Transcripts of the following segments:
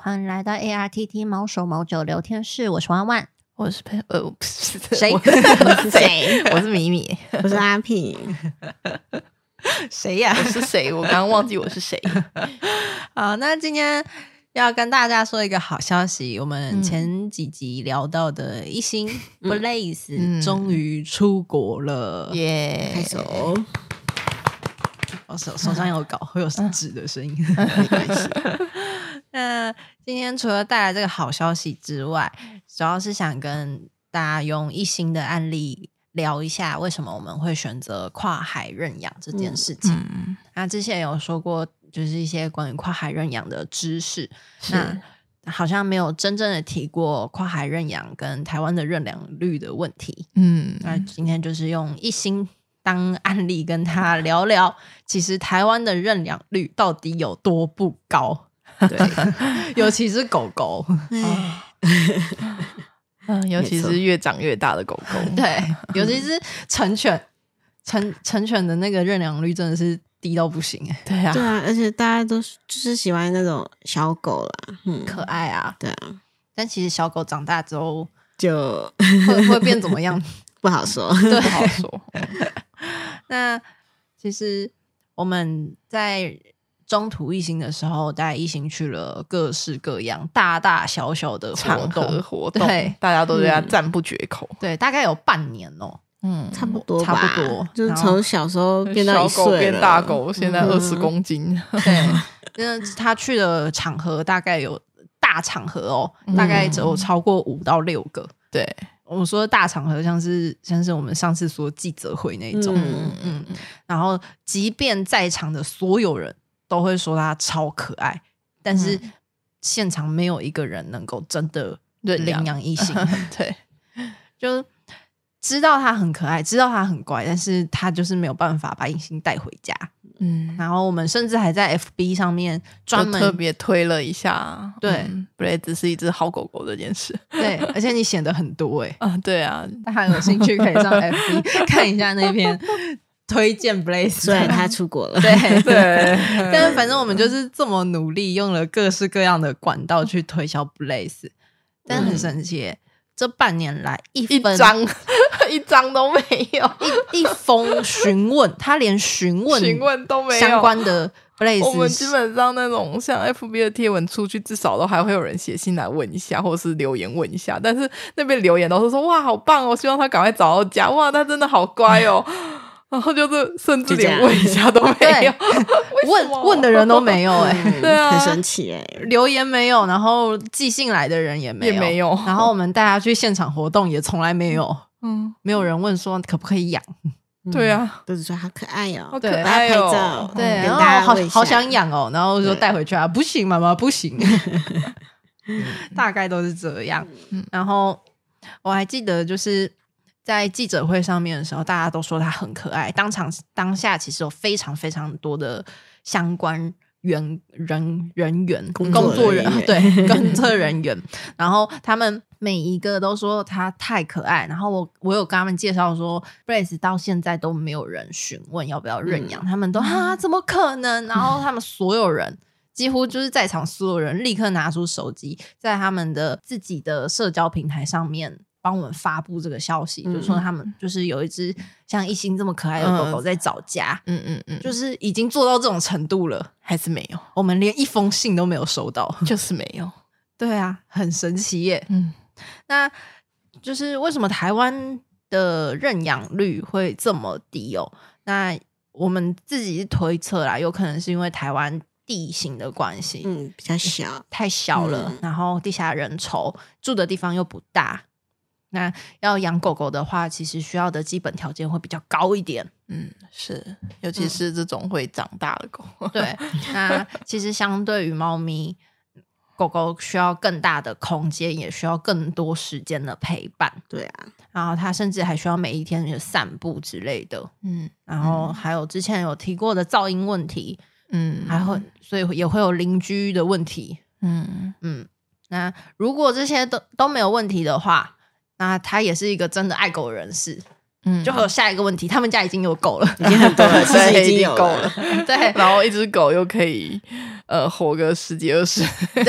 欢迎来到 ARTT 毛手毛脚聊天室，我是万万。我是佩呃不是谁我你 是谁谁？我是米米，我是阿屁，谁呀我是谁？我刚刚忘记我是谁。 好，那今天要跟大家说一个好消息，我们嗯前几集聊到的一星 Blaze 嗯终于出国了，耶、开 手，我哦手手上有搞，会有嗯纸的 声音。没关系，那今天除了带来这个好消息之外，主要是想跟大家用一星的案例聊一下，为什么我们会选择跨海认养这件事情。嗯，那之前有说过，就是一些关于跨海认养的知识，那是好像没有真正的提过跨海认养跟台湾的认养率的问题。嗯那今天就是用一星当案例跟他聊聊，其实台湾的认养率到底有多不高？ 对，尤其是狗 狗，唉嗯，尤其没错是越长越大的狗 狗，对，尤其是成犬，成成犬的那个认养率真的是低到不行、哎，对啊对，啊，而且大家都是就是喜欢那种小狗啦，嗯，可爱啊！对啊，但其实小狗长大之后就 会会变怎么样？不好说，对 不好说。 那其实我们在中途一行的时候，带一行去了各式各样、大大小小的活场合动，活动对，大家都对它嗯赞不绝口。对，大概有半年哦、嗯，差不多吧，差不多就是然后从小时候变到小一狗岁变了大，狗，现在嗯二十公斤。 对，那他去的场合大概有大场合哦，嗯大概只有超过五到六个。对，我说的大场合像是像是我们上次说记者会那一种，嗯嗯，然后即便在场的所有人都会说他超可爱，但是嗯现场没有一个人能够真的认领养 养异性，对，就知道他很可爱，知道他很乖，但是他就是没有办法把异性带回家。嗯，然后我们甚至还在 FB 上面专就特门别推了一下，对嗯，布雷兹是一只好狗狗这件事。对，而且你显得很多哎、欸，啊，对啊，大家有兴趣可以 上 FB 看一下那篇推荐 Blaze，所以 他出国了，对对， 但是反正我们就是这么努力，用了各式各样的管道去推销 Blaze，但很神奇耶、这半年来一一分张 一张都没有，一一封询问，他连询问询问都没有相关。的我们基 Blaze，本上那种像 FB 的贴文出去，至少都还会有人写信来问一下，或是留言问一下。但是那边留言都是说哇，好棒哦，希望他赶快找到家，哇，他真的好乖哦。 然后就是甚至就这连样问一下都没有， 为问什么问的人都没 有哎、嗯对啊很神奇哎，留言没有，然后寄信来的人也没有，也没有然后我们带他去现场活动也从来没有，嗯，没有人问说可不可以养，对啊，嗯都是说好可爱哦，好可对我要拍爱哦，照，嗯对，给然后大家好喂一好下想养哦，然后就带回去啊，不行，妈妈不 行，大概都是这样。嗯然后我还记得就是。在记者会上面的时候，大家都说它很可爱。当场当下其实有非常非常多的相关员人人员工作作人人员对 工作人员，然后他们每一个都说它太可爱。然后我我有跟他们介绍说，Brace 到现在都没有人询问要不要认嗯养，他们都啊怎么可能？然后 他们所有人。几乎就是在场所有人立刻拿出手机，在他们的自己的社交平台上面帮我们发布这个消息，嗯就说他们就是有一只像一心这么可爱的狗狗在找家，嗯嗯嗯，就就是已经做到这种程度了，还是没有，我们连一封信都没有收到。就是没有，对啊，很神奇耶！嗯，那就是为什么台湾的认养率会这么低哦？那我们自己推测啦，有可能是因为台湾地形的关系，嗯，比较小，太小了，嗯然后地下人稠，住的地方又不大。那要养狗狗的话，其实需要的基本条件会比较高一点。嗯，是，尤其是这种会长大的狗，对，那其实相对于猫咪，狗狗需要更大的空间，也需要更多时间的陪伴。对啊，然后它甚至还需要每一天的散步之类的。嗯然后还有之前有提过的噪音问题，嗯，还会所以也会有邻居的问题。嗯，嗯，那如果这些都都没有问题的话，那他也是一个真的爱狗人士。嗯就会有下一个问题，他们家已经有狗 了，已经很多了， 其实对已经有够了了。对， 然后一只狗又可以呃活个十几二十， 对，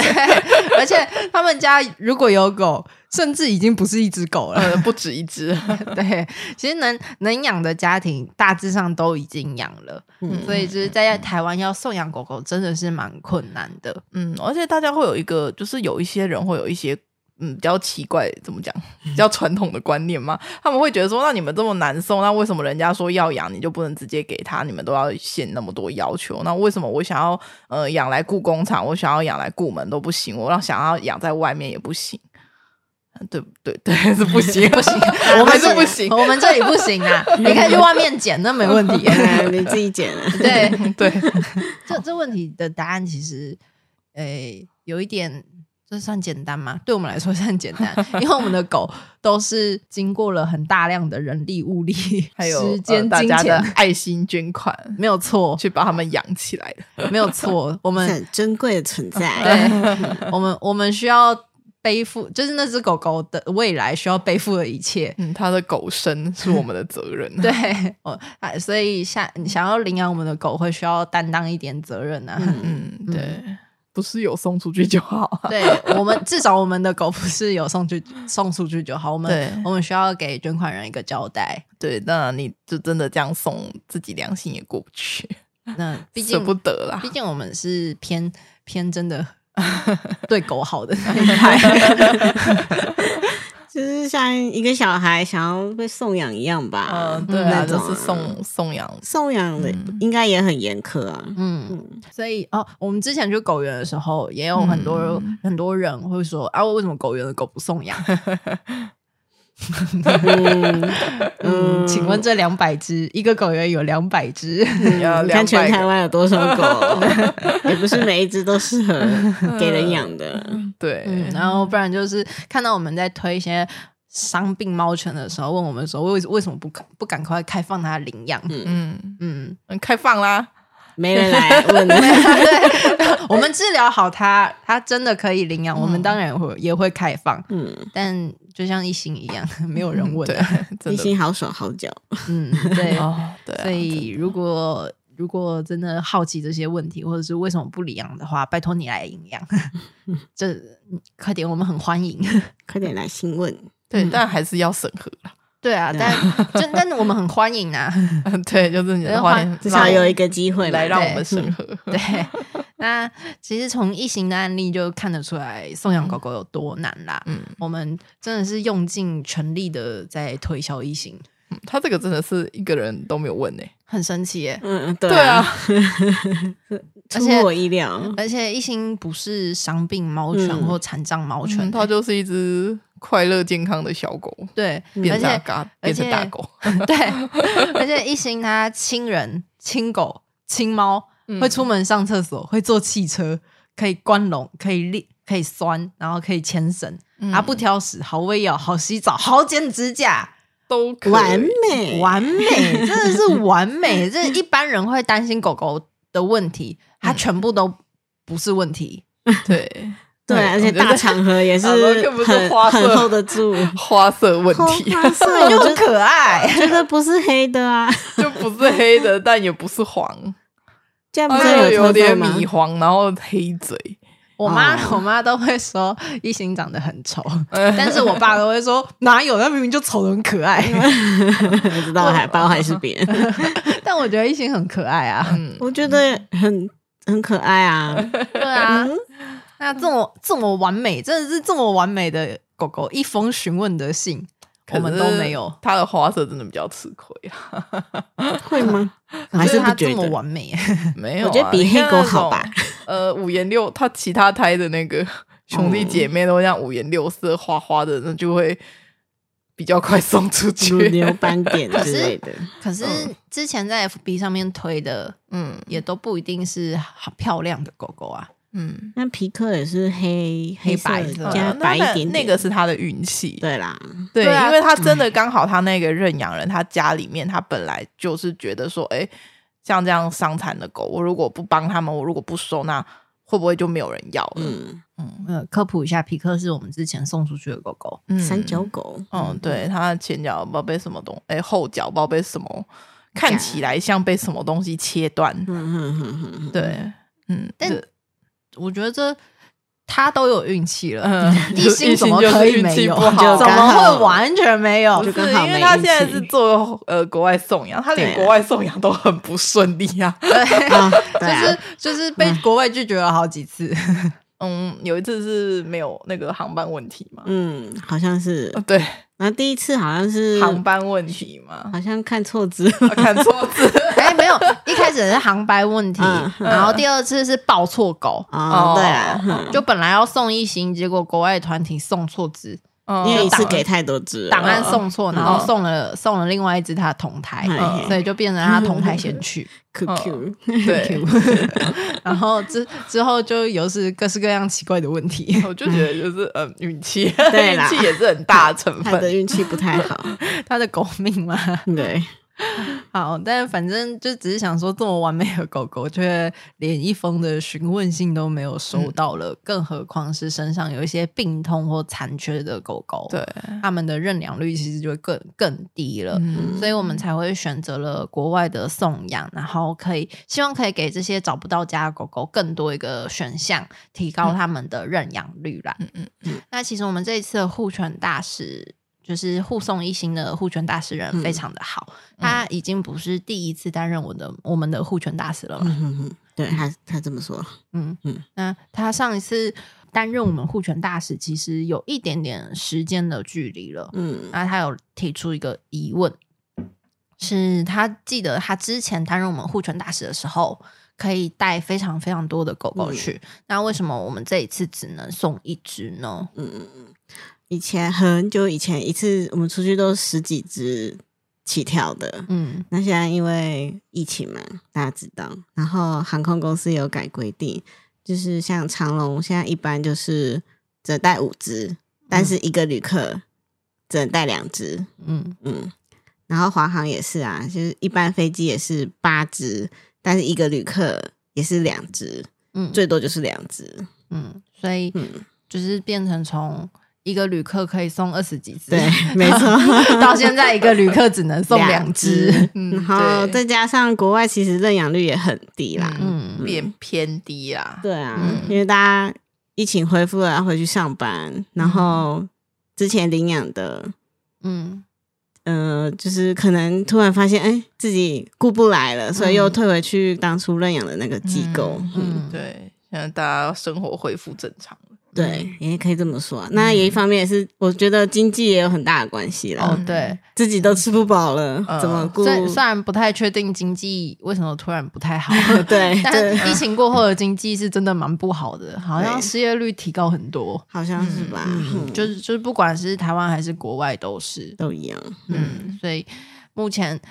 而且他们家如果有狗，甚至已经不是一只狗 了。呃不止一只，对，其实能能养的家庭大致上都已经养了， 嗯所以就是在台湾要送养狗狗真的是蛮困难的。嗯，而且大家会有一个，就是有一些人会有一些。嗯，比较奇怪，怎么讲？比较传统的观念嘛，他们会觉得说，那你们这么难送，那为什么人家说要养，你就不能直接给他？你们都要限那么多要求，那为什么我想要呃养来雇工厂，我想要养来雇门都不行，我让想要养在外面也不行？对对对，是不行不行， 我们是不行，我们这里不行 啊，你可以去外面捡，那没问题。哎你自己剪了，对， 对，这这问题的答案其实，诶、有一点，这算简单吗？对我们来说算简 单，因为我们的狗都是经过了很大量的人力、物力、 还有时呃间、大金家的钱，爱心捐款，没有错， 去把他们养起来的。没有错。我是们很珍贵的存 在。对，我们我们需要背负，就是那只狗狗的未来需要背负的一切。嗯，他的狗生是我们的责任。 对，我啊，所以下你想要领养我们的狗，会需要担当一点责任啊。 嗯，嗯，对，不是有送出去就好啊。对我们至少我们的狗不是有送去送出去就好，我对们我们需要给捐款人一个交 代。对， 那你就真的这样送，自己良心也过不去，那毕舍竟不得啦毕。竟我们是偏偏真 的对狗好的那一 派，就是像一个小孩想要被送养一样吧。嗯，对啊，那就种是送送养。送养的，应该也很严苛啊。 嗯。嗯，所以哦，我们之前去狗园的时候，也有很多、嗯很多人会说啊，为什么狗园的狗不送养？嗯嗯，嗯请问这两百只，一个狗园有两百只，要 你看全200个台湾有多少 狗，也不是每一只都适合给人养的。对，嗯，然后不然就是看到我们在推一些伤病猫犬的时候，问我们说为为什么不不赶快开放它领养？嗯嗯，嗯， 嗯开放啦。没人来问 的，对，我们治疗好它，它真的可以领养，我们当然会也会开放，嗯，但就像一心一样，没有人嗯问对啊。，真一的心好手好脚， 嗯，对，哦，对啊，所以如果。如果真的好奇这些问题，或者是为什么不领养的话，拜托你来领 养，这嗯快点，我们很欢 迎。快点来询问。对，但还是要审核啦。 对啊，但 就但我们很欢迎啊。对，就是你的要话换，至少让有一个机会来让我们对审核。 对，那其实从疫情的案例就看得出来，送养狗狗有多难啦。嗯，我们真的是用尽全力的在推销疫情，嗯他这个真的是一个人都没有问呢、很神奇耶。嗯，对对啊，而出且乎我意料。嗯而且疫情不是伤病猫犬嗯或残障猫犬，它就是一只快乐健康的小狗，对，嗯而 嗯变大且嘎，而变且成大狗，对，而且疫情它亲人、亲狗、亲猫，嗯会出门上厕所，会坐汽车，可以关笼，可以立，可以拴，然后可以牵绳，嗯啊，不挑食，好喂药，好洗澡，好剪指甲，都可以完美，完 美，真的是完 美。这一般人会担心狗狗的问题，它全部都不是问 题。对，对，而且大场合也是我觉得根本就很花色很 hold 得住， 花色问花题 色我又觉很可爱，得觉得不是黑的啊， 就不是黑的，但也不是黄，这样不它就是哎有有特色点吗 米？黄，然后黑嘴， 我妈、哦我妈都会说一心长得很丑， 但是我爸都会说 哪有，他明明就丑的很可 爱。我知道还包还是别人，但我觉得一心很可爱啊，嗯，我觉得很很可爱啊。对啊。那这么这么完美，真的是这么完美的狗狗，一封询问的信，我们都没有。，它的花色真的比较吃亏 啊，会吗？我还是它不这觉么得。完美， 没有啊，我觉得比你看黑狗好 吧那种？呃，五颜六，它其他胎的那个兄弟姐妹都这样五颜六色、花花的，那就会比较快送出去乳。流斑点之类的，可是之前在 FB 上面推的嗯也都不一定是好漂亮的狗狗啊。嗯，那皮克也是黑黑色白的色加那白一那点点，那个是他的运气，对嗯啦，对，对啊因为他真的刚好他那个认养人，他家里面他本来就是觉得说，哎，像这样伤残的狗，我如果不帮他们，我如果不收，那会不会就没有人要了？嗯，呃，科普一下，皮克是我们之前送出去的狗狗，嗯三脚狗，嗯，对，它前脚不知道被什么东，哎、后脚不知道被什么，看起来像被什么东西切断。嗯嗯嗯 嗯，对，嗯，但 这我觉得这他都有运气了，嗯，一心星怎 么就可是以运没气有？不就好，啊怎刚么好会完全没有不？就是刚好因为没他运现在气是做呃国外送养，他对连啊国外送养都很不顺利啊。对，啊，对啊就是就是被国外拒绝了好几 次。嗯，有一次是没有那个航班问题嘛，嗯，好像是呃，对，那第一次好像是嗯航班问题嘛，好像看错字， 啊看错字哎，没有，一开始是航班问题嗯，嗯然后第二次是抱错狗，哦，对啊，嗯就本来要送一星，结果国外团体送错只，嗯，因为一次档给太多只了哦档案送错，嗯然后送了送了另外一只它的同胎哎，嗯所以就变成它同胎先去。哦 QQ， 对，啊 然后之之后就有是各式各样奇怪的问 题。我就觉得就是嗯运气，对运啦气也是很大的成 他的分。运气不太 好，它的狗命嘛， 对， 好，但反正就只是想说，这么完美的狗狗，却连一封的询问信都没有收到嗯了，更何况是身上有一些病痛或残缺的狗狗，对，它们的认养率其实就会更更低了。嗯所以我们才会选择了国外的送养，然后可以希望可以给这些找不到家的狗狗更多一个选项，提高他们的认养率啦。嗯嗯那其实我们这一次的护犬大使，就是护送一星的护犬大使人嗯非常的好，他已经不是第一次担任我的我们的护犬大使了嘛。嗯嗯嗯，对他他这么说，嗯嗯嗯，那他上一次担任我们护犬大使，其实有一点点时间的距离了。嗯那他有提出一个疑问，是他记得他之前担任我们护犬大使的时候，可以带非常非常多的狗狗嗯去，那为什么我们这一次只能送一只呢？嗯嗯嗯，以前很久以前一次我们出去都十几只起跳的，嗯那现在因为疫情嘛，大家知道，然后航空公司有改规定，就是像长龙现在一般就是只能带五只，但是一个旅客只能带两只，嗯嗯，然后华航也是啊，就是一般飞机也是八只，但是一个旅客也是两只，嗯，最多就是两只，嗯，所以嗯，就是变成从一个旅客可以送二十几只， 对，没错。到现在一个旅客只能送两只，嗯然后对再加上国外其实认养率也很低啦，嗯嗯，变偏低啦。对啊，嗯因为大家疫情恢复了，要回去上班，然后之前领养的，嗯呃，就是可能突然发现，哎、自己顾不来了，所以又退回去当初认养的那个机构。嗯，嗯，对，现在大家生活恢复正常了。对，嗯也可以这么说啊、那也一方面也是，我觉得经济也有很大的关系啦，哦嗯对，自己都吃不饱了，呃怎么顾？虽虽然不太确定经济为什么突然不太好， 对 但对疫情过后的经济是真的蛮不好的， 好像对失业率提高很多。好像是吧，嗯就是就是，不管是台湾还是国外都是，都一样。嗯，所以目前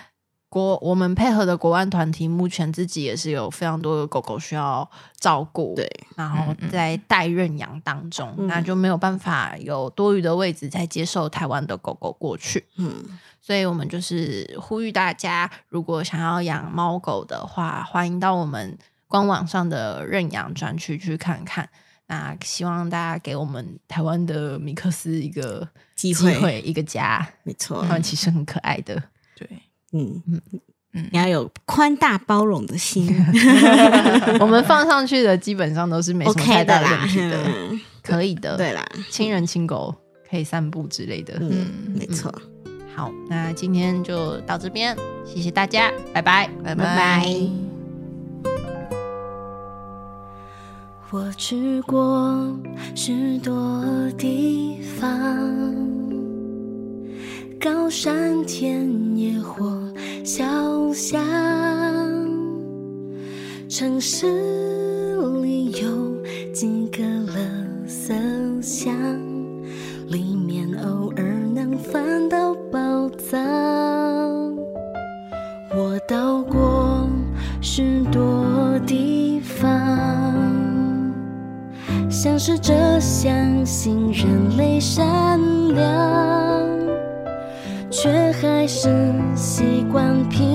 国我们配合的国安团体，目前自己也是有非常多的狗狗需要照顾，对，然后在待认养当中，嗯那就没有办法有多余的位置再接受台湾的狗狗过去，嗯，所以我们就是呼吁大家，如果想要养猫狗的话，欢迎到我们官网上的认养专区去看看。那希望大家给我们台湾的米克斯一个机会一个 家，没错他。们其实很可爱的。对，嗯嗯嗯嗯，你要有宽大包容的心我们放上去的基本上都 是没什么太，OK 大的问啦题，的， 嗯可以的。对，啦，亲人亲狗可以散步之类的。嗯嗯，没错，好，那今天就到这边，谢谢大家，拜拜，拜拜拜我去过许多地方，高山田野或小巷，城市里有几个垃圾箱，里面偶尔能翻到宝藏。我到过许多地方，想试着相信人类善良，却还是习惯拼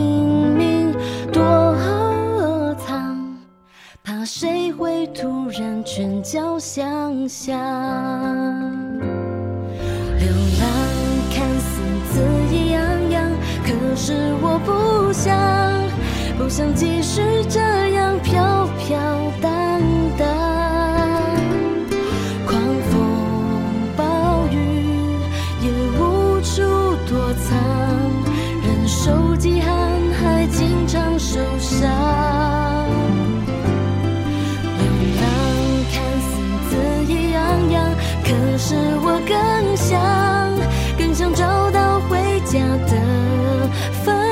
命躲藏，怕谁会突然寻找想象。流浪看似恣意洋洋，可是我不想，不想继续这样飘飘荡荡。狂风暴雨也无处躲藏，忍受极寒，还经常受伤。流浪看似恣意洋洋，可是我更想，更想找到回家的方